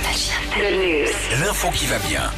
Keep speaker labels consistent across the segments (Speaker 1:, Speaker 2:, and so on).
Speaker 1: the news.
Speaker 2: L'info qui va bien.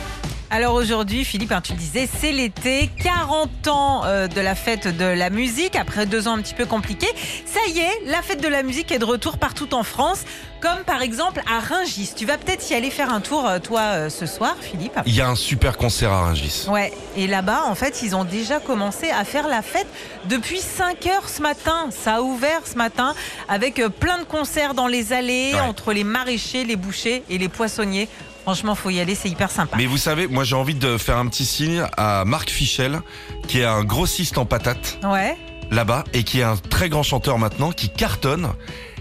Speaker 3: Alors aujourd'hui, Philippe, hein, tu le disais, c'est l'été, 40 ans euh, de la fête de la musique, après deux ans un petit peu compliqués. Ça y est, la fête de la musique est de retour partout en France, comme par exemple à Ringis. Tu vas peut-être y aller faire un tour, euh, toi, euh, ce soir, Philippe.
Speaker 4: Il y a un super concert à Rungis.
Speaker 3: Ouais, et là-bas, en fait, ils ont déjà commencé à faire la fête depuis 5 heures ce matin. Ça a ouvert ce matin avec euh, plein de concerts dans les allées,
Speaker 4: Ouais.
Speaker 3: entre les maraîchers, les bouchers et les poissonniers. Franchement, faut y aller, c'est hyper sympa.
Speaker 4: Mais vous savez, moi j'ai envie de faire un petit signe à Marc Fichel, qui est un grossiste en patates
Speaker 3: Ouais.
Speaker 4: là-bas et qui est un très grand chanteur maintenant, qui cartonne.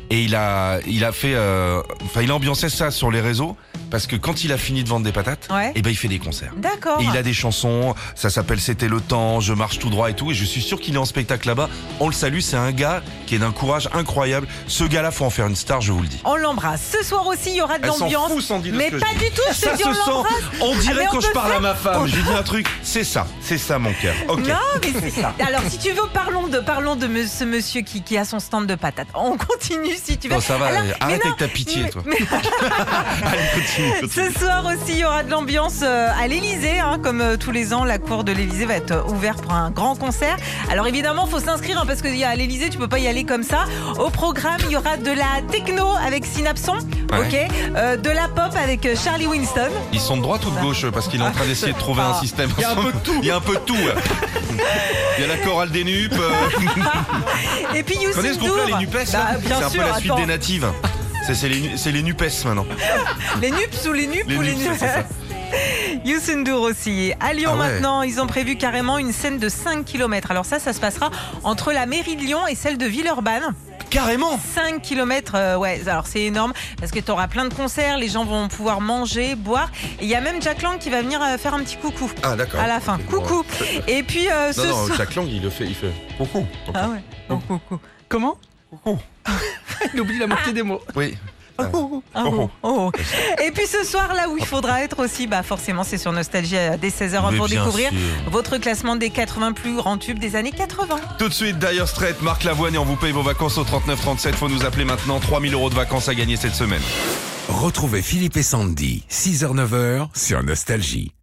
Speaker 4: Et il a, il a fait, euh, enfin il a ambiancé ça sur les réseaux parce que quand il a fini de vendre des patates,
Speaker 3: Ouais.
Speaker 4: et ben il fait des concerts.
Speaker 3: D'accord.
Speaker 4: Et il a des chansons, ça s'appelle C'était le temps, Je marche tout droit et tout. Et je suis sûr qu'il est en spectacle là-bas. On le salue, c'est un gars qui est d'un courage incroyable. Ce gars-là, faut en faire une star, je vous le dis.
Speaker 3: On l'embrace. Ce soir aussi, il y aura de
Speaker 4: Elle s'en
Speaker 3: l'ambiance.
Speaker 4: fout, Sandy, de ce
Speaker 3: Mais
Speaker 4: que
Speaker 3: pas
Speaker 4: je dis.
Speaker 3: du tout, je te
Speaker 4: Ça
Speaker 3: dis,
Speaker 4: se
Speaker 3: on l'embrasse.
Speaker 4: sent. On dirait
Speaker 3: Mais on
Speaker 4: quand je
Speaker 3: peut
Speaker 4: parle
Speaker 3: faire-
Speaker 4: à ma femme. Je lui dis un truc. C'est ça. C'est ça, mon cœur. Ok.
Speaker 3: Non, mais c'est Alors, si tu veux, parlons de, parlons de me- ce monsieur qui, qui a son stand de patates. On continue si tu veux.
Speaker 4: Bon, Oh, ça va.
Speaker 3: Alors,
Speaker 4: allez,
Speaker 3: mais
Speaker 4: arrête
Speaker 3: non,
Speaker 4: avec ta pitié,
Speaker 3: mais-
Speaker 4: toi.
Speaker 3: mais-
Speaker 4: Allez, continue, continue.
Speaker 3: Ce soir aussi, il y aura de l'ambiance euh, à l'Elysée. comme euh, tous les ans, la cour de l'Elysée va être euh, ouverte pour un grand concert. Alors évidemment, faut s'inscrire hein, parce que il y a à l'Elysée, tu peux pas y aller comme ça. Au programme, il y aura de la techno avec Synapson,
Speaker 4: Ouais.
Speaker 3: ok, Euh, de la pop avec euh, Charlie Winston.
Speaker 4: Ils sont de droite ou de gauche Parce qu'il est en train d'essayer de trouver un
Speaker 3: Ah.
Speaker 4: système. Il y a un peu de tout. Il y a un peu de tout. ouais. Il y a la chorale des nupes.
Speaker 3: Ah,
Speaker 4: euh.
Speaker 3: Et puis
Speaker 4: Vous connaissez ce
Speaker 3: Youssou
Speaker 4: groupe-là, les
Speaker 3: N'Dour.
Speaker 4: nupes là
Speaker 3: Bah,
Speaker 4: C'est
Speaker 3: bien
Speaker 4: un peu
Speaker 3: sûr,
Speaker 4: la suite
Speaker 3: attends.
Speaker 4: des natives. C'est- C'est les, nu- c'est les nupes maintenant.
Speaker 3: Les nupes ou les nupes
Speaker 4: Les
Speaker 3: ou les
Speaker 4: nupes,
Speaker 3: nupes
Speaker 4: c'est ça.
Speaker 3: Youssou N'Dour aussi. À Lyon
Speaker 4: Ah ouais.
Speaker 3: maintenant, ils ont prévu carrément une scène de 5 km. Alors ça, ça se passera entre la mairie de Lyon et celle de Villeurbanne.
Speaker 4: Carrément
Speaker 3: 5 km, ouais, alors c'est énorme parce que tu auras plein de concerts, les gens vont pouvoir manger, boire. Et Il y a même Jack Lang qui va venir euh, faire un petit coucou
Speaker 4: Ah, d'accord.
Speaker 3: à la fin. Coucou. Et puis euh, ce soir.
Speaker 4: Jack Lang, il le fait. Il fait. Coucou.
Speaker 3: Ah ouais, non, coucou. Comment
Speaker 5: Il oublie la moitié des mots.
Speaker 4: Oui.
Speaker 3: Ah bon, oh. Et puis ce soir, là où il faudra être aussi, bah forcément, c'est sur Nostalgie euh, dès 16h
Speaker 4: Mais
Speaker 3: pour
Speaker 4: bien
Speaker 3: découvrir
Speaker 4: sûr.
Speaker 3: votre classement des 80 plus grands tubes des années 80.
Speaker 4: Tout de suite, Dire Straits, Marc Lavoine et on vous paye vos vacances au 3937. Faut nous appeler maintenant. 3000 euros de vacances à gagner cette semaine.
Speaker 2: Retrouvez Philippe et Sandy, 6h-9h sur Nostalgie.